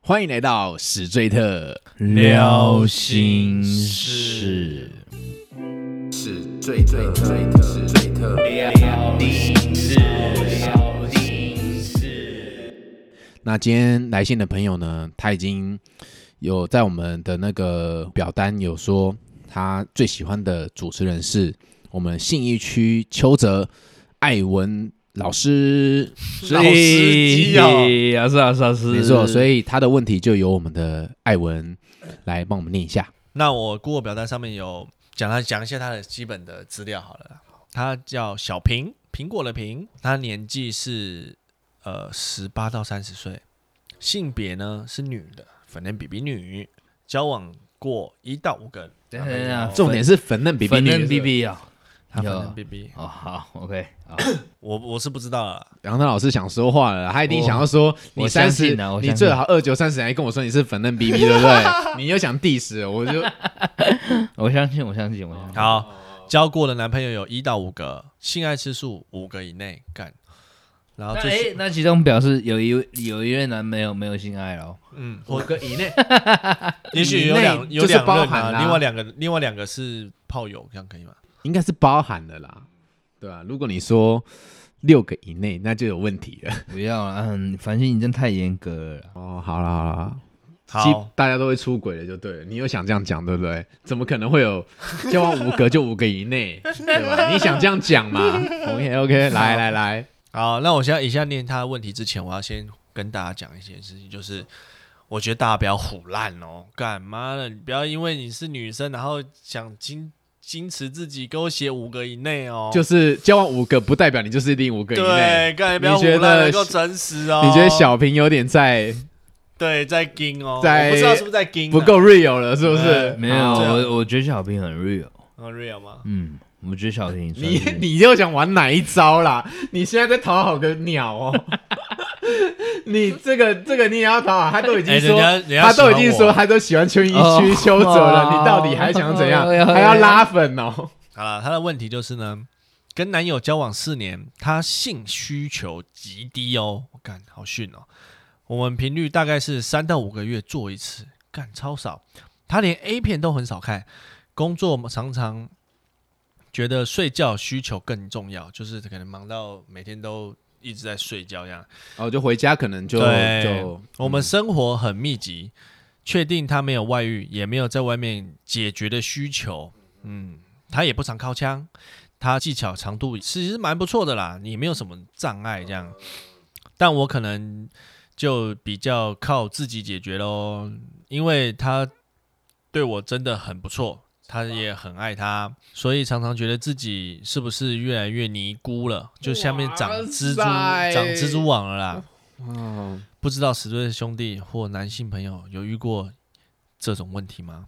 欢迎来到史最特聊心事，史最最最特史最特聊心事，聊心事。那今天来信的朋友呢，他已经有在我们的那个表单有说，他最喜欢的主持人是我们信义区邱泽艾文老师。老司啊机哦，啊是啊是啊是，没错，所以以他的问题就由我们的艾文来帮我们念一下。那我 Google 表单上面有讲他讲一些他的基本的资料好了。他叫小苹，苹果的苹，他年纪是呃十八到三十岁，性别呢是女的，粉嫩 BB 女，交往过一到五个，等等等等重点是粉嫩 BB 粉嫩女， B B 啊，他粉嫩有 BB，哦好 OK，好 我我是不知道了。杨涛老师想说话了，他一定我想要说你我三相十信啊我，相你信最好二九三十来跟我说你是粉嫩 BB，对不 对？你又想 diss，我就我相信我相信我相信，好，交过的男朋友有一到五个，性爱次数五个以内，干。然后那就哎是那其中表示有一位有一位男没有没有性爱了，嗯，五个以 内，也许以有内两有就是两包任含啦啊，另外两个另外两个是炮友，这样可以吗？应该是包含的啦，对吧、如果你说六个以内，那就有问题了。不要了，嗯，繁星你真太严格了啦，哦，好啦好啦，基好，大家都会出轨的，就对了。你又想这样讲，对不对？怎么可能会有交往五个就五个以内，对吧？你想这样讲 嘛？OK OK，来来来，好，那我现在以下念他的问题之前，我要先跟大家讲一件事情，就是我觉得大家不要虎烂哦，干嘛的？你不要因为你是女生，然后想矜矜持自己，给我写五个以内哦， 就是交往五个不代表你就是一定五个以内。对，干不要你虎觉烂，得能够真实哦。你觉得小平有点在对在盯哦，在我不知道是不是在盯、啊，不够 real 了，是不是对？没有，好这样我我觉得小平很 real，很哦 real 吗？嗯，我觉得小平算你 是你又想玩哪一招啦？你现在在讨好个鸟哦！ 你这个这个你也要讨好，他都已经哎人说家人，家他都已喜欢经我啊说他都喜欢春一哦区修泽了，你到底还想怎 哎样？还要拉粉哦？好了，她的问题就是呢，跟男友交往四年，她性需求极低哦，我干好逊哦。我们频率大概是三到五个月做一次，干超少。她连 A 片都很少看，工作常常觉得睡觉需求更重要，就是可能忙到每天都一直在睡觉这样。哦，就回家可能就对就嗯我们生活很密集，确定他没有外遇，也没有在外面解决的需求。嗯，他也不常靠枪，他技巧长度其实蛮不错的啦，也没有什么障碍这样。但我可能就比较靠自己解决喽，因为他对我真的很不错，他也很爱他，所以常常觉得自己是不是越来越尼姑了，就下面长哇蜘蛛塞长蜘蛛网了啦。哦，不知道死对兄弟或男性朋友有遇过这种问题吗？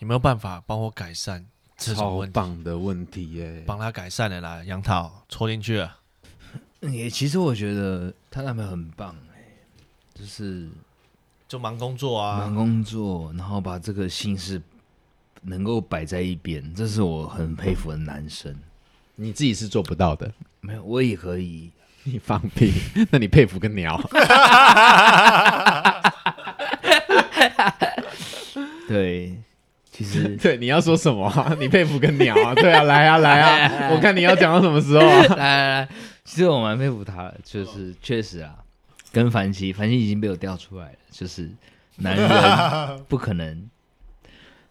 有没有办法帮我改善这种超问题？棒的问题耶！帮他改善了啦，杨桃戳进去了。也其实我觉得她男朋友很棒哎，就是就忙工作啊忙，工作，然后把这个心事能够摆在一边，这是我很佩服的男生。你自己是做不到的，没有，我也可以。你放屁！ 那你佩服个鸟？对，其 实 对，你要说什么啊？ 你佩服个鸟啊？对啊，来啊来 啊！我看你要讲到什么时候啊？ 来来来，其实我蛮佩服他的，就是确实啊，跟凡熙，凡熙已经被我调出来了，就是男 人不可能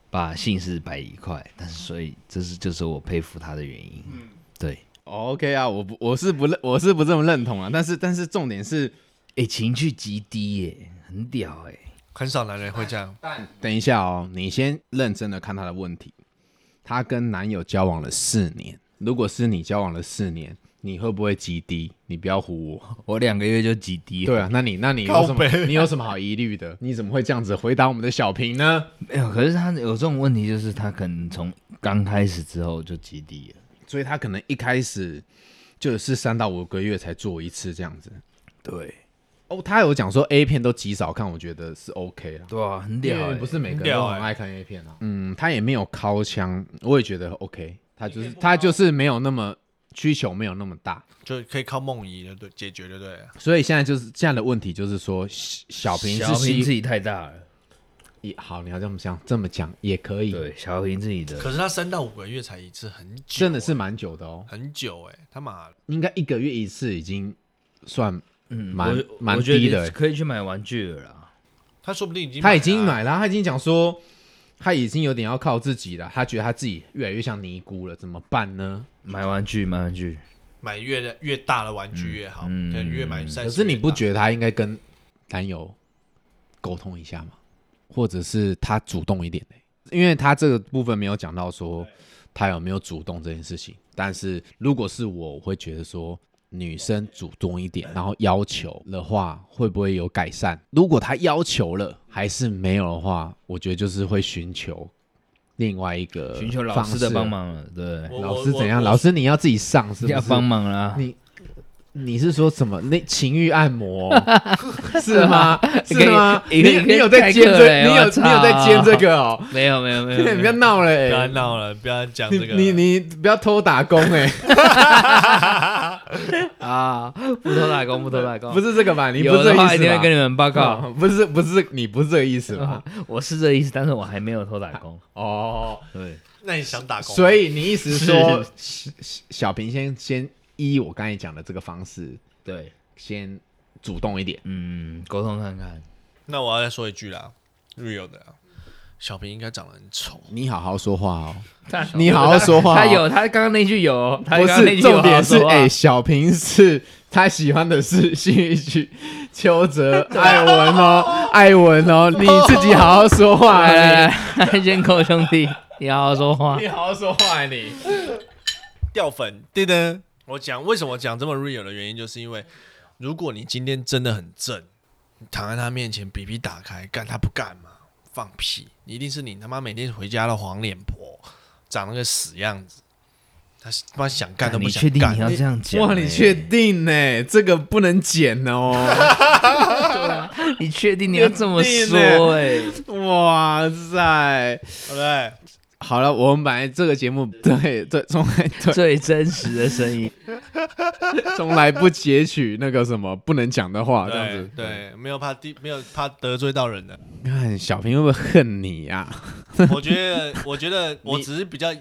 把姓氏摆一块，但是所以这是就是我佩服他的原因。对，哦 OK 啊，我不我是不认我是不这么认同啊，但是但是重点是，哎、情趣极低耶、很屌哎、很少男人会这样。等一下哦，你先认真的看她的问题，她跟男友交往了四年，如果是你交往了四年，你会不会极低？你不要唬我。我两个月就极低。 对啊，那你那你有靠什么北你有什么好疑虑的？你怎么会这样子回答我们的小平呢？没有，可是他有这种问题，就是他可能从刚开始之后就极低了。所以她可能一开始就是三到五个月才做一次这样子。对，哦，她有讲说 A 片都极少看，我觉得是 OK 啦。对啊，很因屌、为欸，不是每个很人屌都欸很爱看 A 片啊。嗯，他也没有掏枪，我也觉得 OK。他就是他就是没有那么需求没有那么大，就可以靠梦遗的对解决，对不对了？所以现在就是现在的问题就是说，小小平小是平希自己太大了，也好，你要这么想这么讲也可以，对，小平自己的可是他三到五个月才一次，很久、真的是蛮久的哦，很久哎、他妈的，应该一个月一次已经算嗯，蛮我蛮我觉得低的欸可以去买玩具了啦。他说不定已经他已经了啊买了，他已经讲说他已经有点要靠自己了，他觉得他自己越来越像尼姑了，怎么办呢？买玩具，买玩具，买越的越大的玩具越好，嗯对，越买三。可是你不觉得他应该跟男友沟通一下吗？或者是他主动一点呢、因为他这个部分没有讲到说他有没有主动这件事情，但是如果是我，我会觉得说女生主动一点，然后要求的话，会不会有改善？如果他要求了还是没有的话，我觉得就是会寻求另外一个寻求老方师的式帮。忙了，对，我老师怎样？我老师你要自己上是不是？要帮忙啦你。你是说什么？那情欲按 摩是吗？是吗？可你以可以你有在兼可这？以开课了你有啊我操你有在兼这个 哦？没有没有没有 你不没要有，闹了不要欸！闹了，不要讲你这个你你不要偷打工 哎！啊，不偷打工，不偷打工，不是，是这个吧？你不哦有是这的话个一意定会跟你思啊们 报告。吧？不是不是，你不是这个意思 吧？我是这个意思，但是我还没有偷打工。哦，对，那你想打工？所以你意思说小小平先先依我刚才讲的这个方式，对，先主动一点。嗯，沟通看看。那我要再说一句啦，real 的啊，小平应该长得很丑。你好好说话哦，他你好好说话哦。他有，他刚刚那句有，他不刚刚那是句有重点是，好好说话哎、小平是他喜欢的是新一区邱泽、艾文哦，艾文哦，你自己好好说话，来来来，先口兄弟，哎你好好说话你，你好好说话，你掉粉，对的。我讲为什么讲这么 real 的原因，就是因为如果你今天真的很正，你躺在他面前，比比打开，干他不干嘛？放屁！一定是你他妈每天回家的黄脸婆，长那个死样子，他他妈想干都不你想确定干。你要这样讲？哇，你哎确？定呢？这个不能剪哦，你确定你要这么确定呢说？哎，哇塞！对不对？好了，我们本来这个节目对对从来对最真实的声音，从来不截取那个什么不能讲的啊话，这样对子。对，没有怕地，没有怕得罪到人的。 你看小平会不会恨你啊呀、我觉得，我觉得我你只是比较，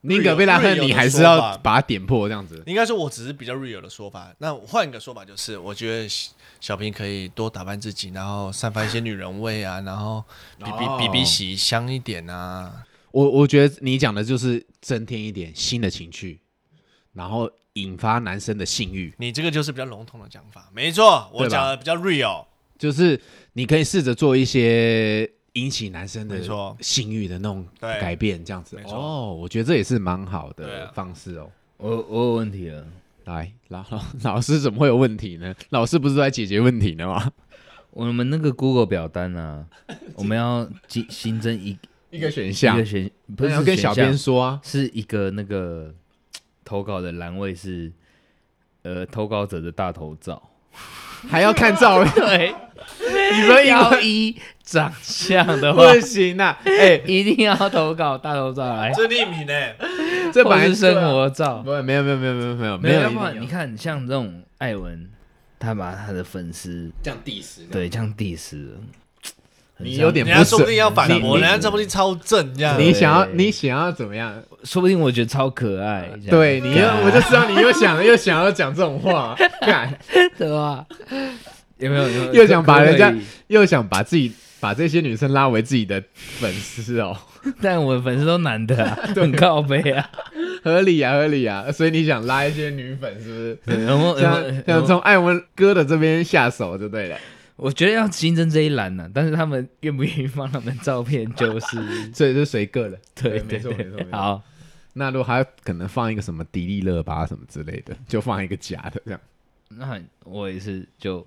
宁可被他恨，瑞友你的还是说要法把他点破这样子。应该说，我只是比较 real 的说法。那我换一个说法，就是我觉得小小平可以多打扮自己，然后散发一些女人味啊，然后比比哦比比洗香一点啊。我我觉得你讲的就是增添一点新的情趣，然后引发男生的性欲，你这个就是比较笼统的讲法，没错，我对吧讲的比较 real。就是你可以试着做一些引起男生的没错性欲的那种对改变，这样子没。错哦，我觉得这也是蛮好对的啊方式哦。我我有问题了。来，老老老师怎么会有问题呢？老师不是在解决问题呢吗？我们那个 Google 表单呢、我们要新新增一一个选一项个，选，不是那要跟选小项编说啊。是一个那个投稿的栏位是，呃，投稿者的大头照，还要看照 片，对，你说因要为依长相的话，不行啊！哎，一定要投稿大头照来，这匿名呢、欸这或本来是生，活照，不，没有没有没有没有没有没没有，有要一不定然有，你看像这种艾文，他把他的粉丝这样 diss 这样对这样 diss，了很你像有点人不家说是不定要反你驳，你人家说不定超正这样。你想要对你想要怎么样？说不定我觉得超可爱，这样啊对你又干我就知道你又想又想要讲这种话，干对吧？有没有？有没有又想把人家可不可以又想把自己把这些女生拉为自己的粉丝哦，但我的粉丝都男的、啊， 很靠背啊。合理啊合理啊，所以你想拉一些女粉是不是？然后，然想后，想从艾文哥的这边下手就对了，我觉得要新增这一栏呢、但是他们愿不愿意放他们照片，就是所以就随个了。 对没对错没错没对。错。好，那如果还可能放一个什么迪丽热巴什么之类的，就放一个假的这样。那我也是就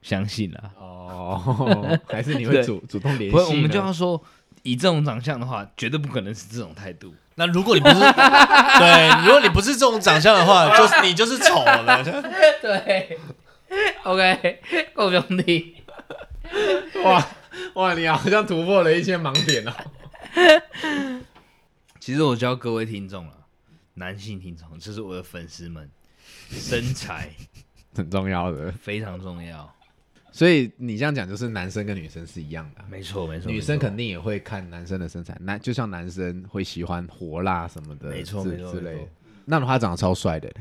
相信了。哦，还是你会对主主动联系不呢？是，我们就要说，以这种长相的话，绝对不可能是这种态度。那如果你 不是对，如果你不是这种长相的话，就是你就是丑了。 对，OK，够兄弟，哇哇，你好像突破了一些盲点哦。其实我教各位听众了，啊男性听众，就是我的粉丝们，身材很重要的。非常重要。所以你这样讲，就是男生跟女生是一样的啊、没错，没错，女生没错肯定也会看男生的身材，男就像男生会喜欢火辣什么的，没错之没错之类没的错。那如果他长得超帅的嘞，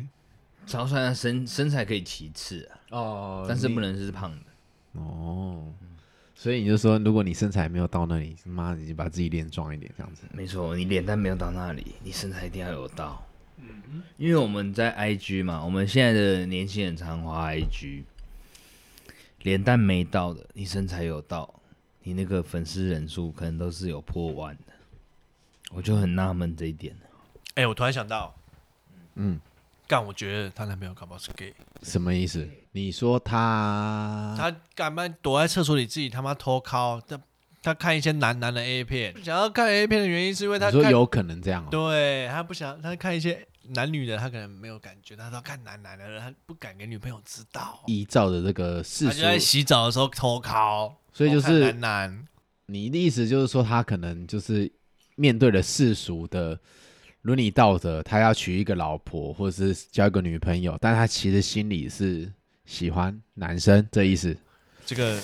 长帅的身身材可以其次啊，哦但是不能是胖的。哦。嗯所以你就说，如果你身材没有到那里，妈，你就把自己练壮一点，这样子。没错，你脸蛋没有到那里，你身材一定要有到。因为我们在 IG 嘛，我们现在的年轻人常滑 IG，脸蛋没到的，你身材有到，你那个粉丝人数可能都是有破万的，我就很纳闷这一点。哎、我突然想到，嗯，干，我觉得她男朋友搞不好是 gay，、什么意思？你说他她干嘛躲在厕所里自己他妈偷敲，她她看一些男男的 A 片，想要看 A 片的原因是因为她你说看，有可能这样哦、对她不想，她看一些男女的，她可能没有感觉，她说看男男的，她不敢给女朋友知道，依照着这个世她就在俗，洗澡的时候偷敲，所以就偷看是男男，你的意思就是说，他可能就是面对了世俗的伦理道德，他要娶一个老婆或者是交一个女朋友，但他其实心里是喜欢男生，这意思。这个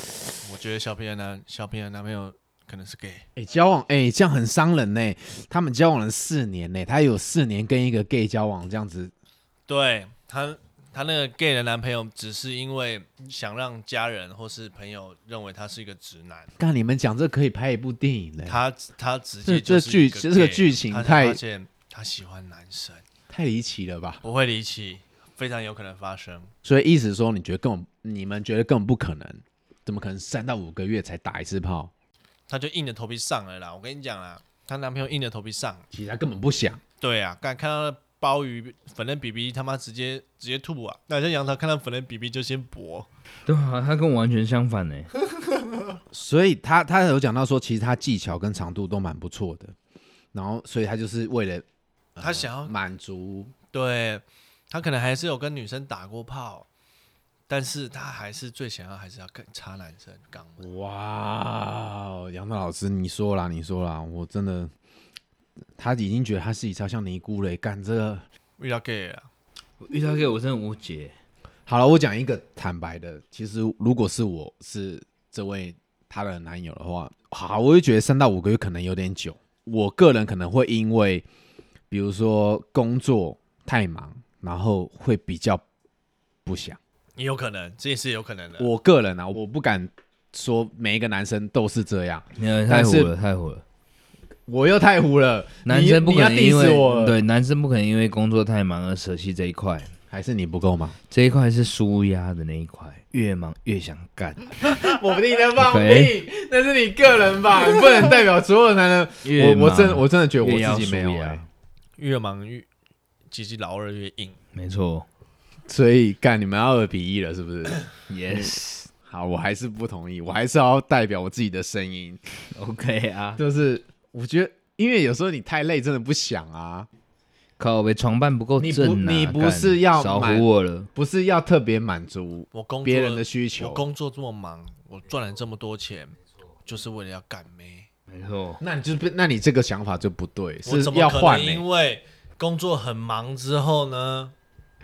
我觉得小平的男小平的男朋友可能是 gay，哎、交往哎、这样很伤人呢、他们交往了四年呢、他有四年跟一个 gay 交往，这样子对她她那个 gay 的男朋友只是因为想让家人或是朋友认为他是一个直男。干你们讲这可以拍一部电影嘞、他他直哎这接就这是剧一个这个 gay，剧情他才太发现他喜欢男生，太离奇了吧？不会离奇，非常有可能发生。所以意思说，你觉得根本你们觉得根本不可能，怎么可能三到五个月才打一次炮？他就硬着头皮上了啦，我跟你讲啦，她男朋友硬着头皮上。其实他根本不想。对啊，刚看到那鲍鱼粉嫩 BB 他妈直接直接吐啊！那在阳台看到粉嫩 BB 就先搏，对啊，他跟我完全相反欸呢、所以他他有讲到说，其实他技巧跟长度都蛮不错的，然后所以他就是为了、呃他想要满足，对他可能还是有跟女生打过炮，但是他还是最想要还是要更插男生肛门。哇哦，杨大老师你说啦，你说啦，我真的，他已经觉得他自己超像尼姑了，干这个遇到 gay 了，我遇到 gay 我真的无解，好了，我讲一个坦白的，其实如果是我是这位她的男友的话，好，我会觉得三到五个月可能有点久。我个人可能会因为，比如说工作太忙，然后会比较不想。也有可能，这也是有可能的。我个人啊，我不敢说每一个男生都是这样，你看但太是火了，太火了。我又太糊了。男生不可能你你因要为 diss 我了，对男生不可能因为工作太忙而舍弃这一块，还是你不够吗？这一块是舒压的那一块，越忙越想干， 我不定能放 OK 屁，那是你个人 吧，你不能代表所有男人。越我我忙真的我真的觉得越要啊我自己没有舒压哎、越忙越，其实老二越硬。没错所以干你们要二比一了，是不是？ ，yes，OK、 好，我还是不同意，我还是要代表我自己的声音， OK 啊，就是我觉得，因为有时候你太累，真的不想啊，靠呗，床伴不够你不正啊，你不干是要少买唬我了，不是要特别满足我工作别人的需我求。工作这么忙，我赚了这么多钱，就是为了要干妹。没错，那你就不，那你这个想法就不对，我是怎么要可能换、欸因。为工作很忙之后呢，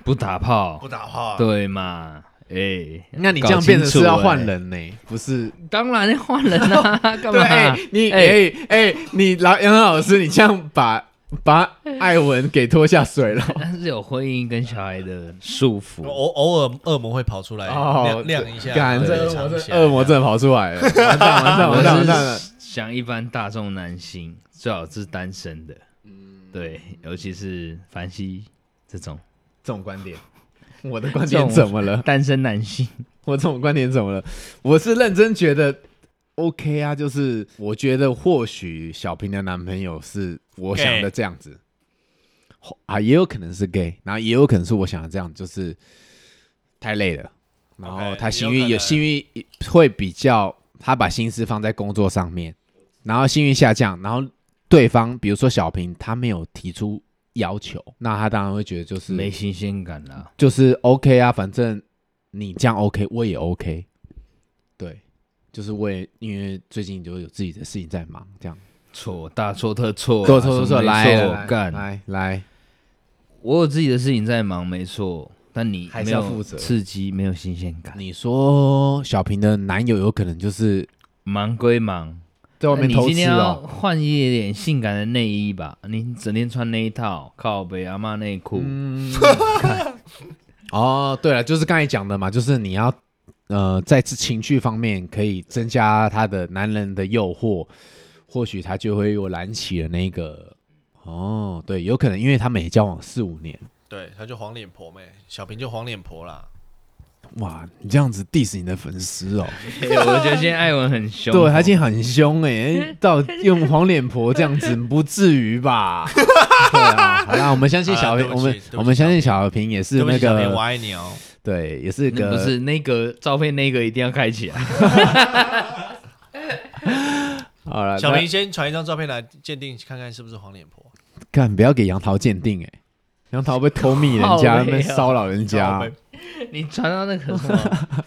不打炮，不打炮。对嘛，哎、那你这样变成是要搞清楚欸哎换人呢、不是？当然要换人啊，干 对，嘛、哎、你哎哎哎、你老杨老师，你这样把把艾文给拖下水了。 但是有婚姻跟小孩的束偶缚，偶尔恶魔会跑出来哦亮，亮一下，感对这恶尝魔一真下恶魔真的跑出来了，完蛋完蛋完蛋我完蛋了！是想一般大众男性最好是单身的，嗯对，尤其是凡西这种这种观点，我的观点怎么了？单身男性， 我这种观点怎么了？我是认真觉得 OK 啊，就是我觉得或许小平的男朋友是我想的这样子，或啊，也有可能是 gay，然后也有可能是我想的这样，就是太累了，然后 OK，他幸也有运可能有幸运会比较，他把心思放在工作上面，然后幸运下降，然后对方比如说小平他没有提出要求，那他当然会觉得就是没新鲜感啦、就是 OK 啊，反正你这样 OK，我也 OK。对，就是我也因为最近就有自己的事情在忙，这样。错，大错特错啊，错错错错，什么来没来错来干，来来，我有自己的事情在忙，没错，但你还是没要有负责刺激，没有新鲜感，你说小平的男友有可能就是忙归忙，在外面你偷今吃天要哦，换一点性感的内衣吧，你整天穿那一套靠北阿妈内裤，嗯哦，对了，就是刚才讲的嘛，就是你要呃，在情绪方面可以增加他的男人的诱惑，或许他就会又燃起了那个哦，对，有可能，因为他们也交往四五年，对，他就黄脸婆妹，小平就黄脸婆啦。哇，你这样子 diss 你的粉 丝哦，嘿 我觉得今天艾文很凶，哦对，他今天很凶哎、到用黄脸婆这样子不至于吧？对啊，好啦，我们相信小 好啦平，啊对不我们起对不起我们相信小平也是对不那起，小嗯平，我个爱你哦。对，也是那个嗯不是那个照片那个一定要开 啊起来，好了，小那平先传一张照片来鉴定，看看是不是黄脸婆。干不要给杨桃鉴定哎、杨桃被偷密人靠家，背哦被骚扰人靠家背，你传到那 个什么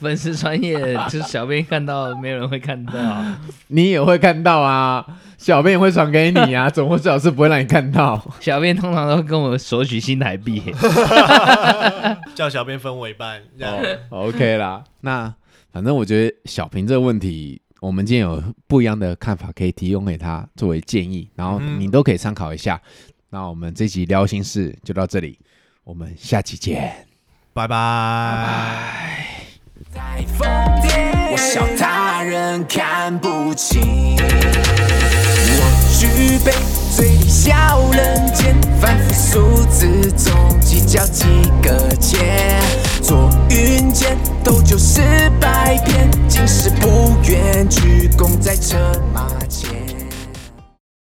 粉丝专业，就是小编看到没有人会看到，你也会看到啊，小编也会传给 你啊，总会最好是不会让你看到。小编通常都跟我索取新台币，叫小编分我一半，这哦样 OK 啦，那反正我觉得小平这个问题，我们今天有不一样的看法，可以提供给他作为建议，然后嗯哼你都可以参考一下。那我们这集聊心事就到这里，我们下期见。拜拜。我笑他人看不清。我具备最低效能、简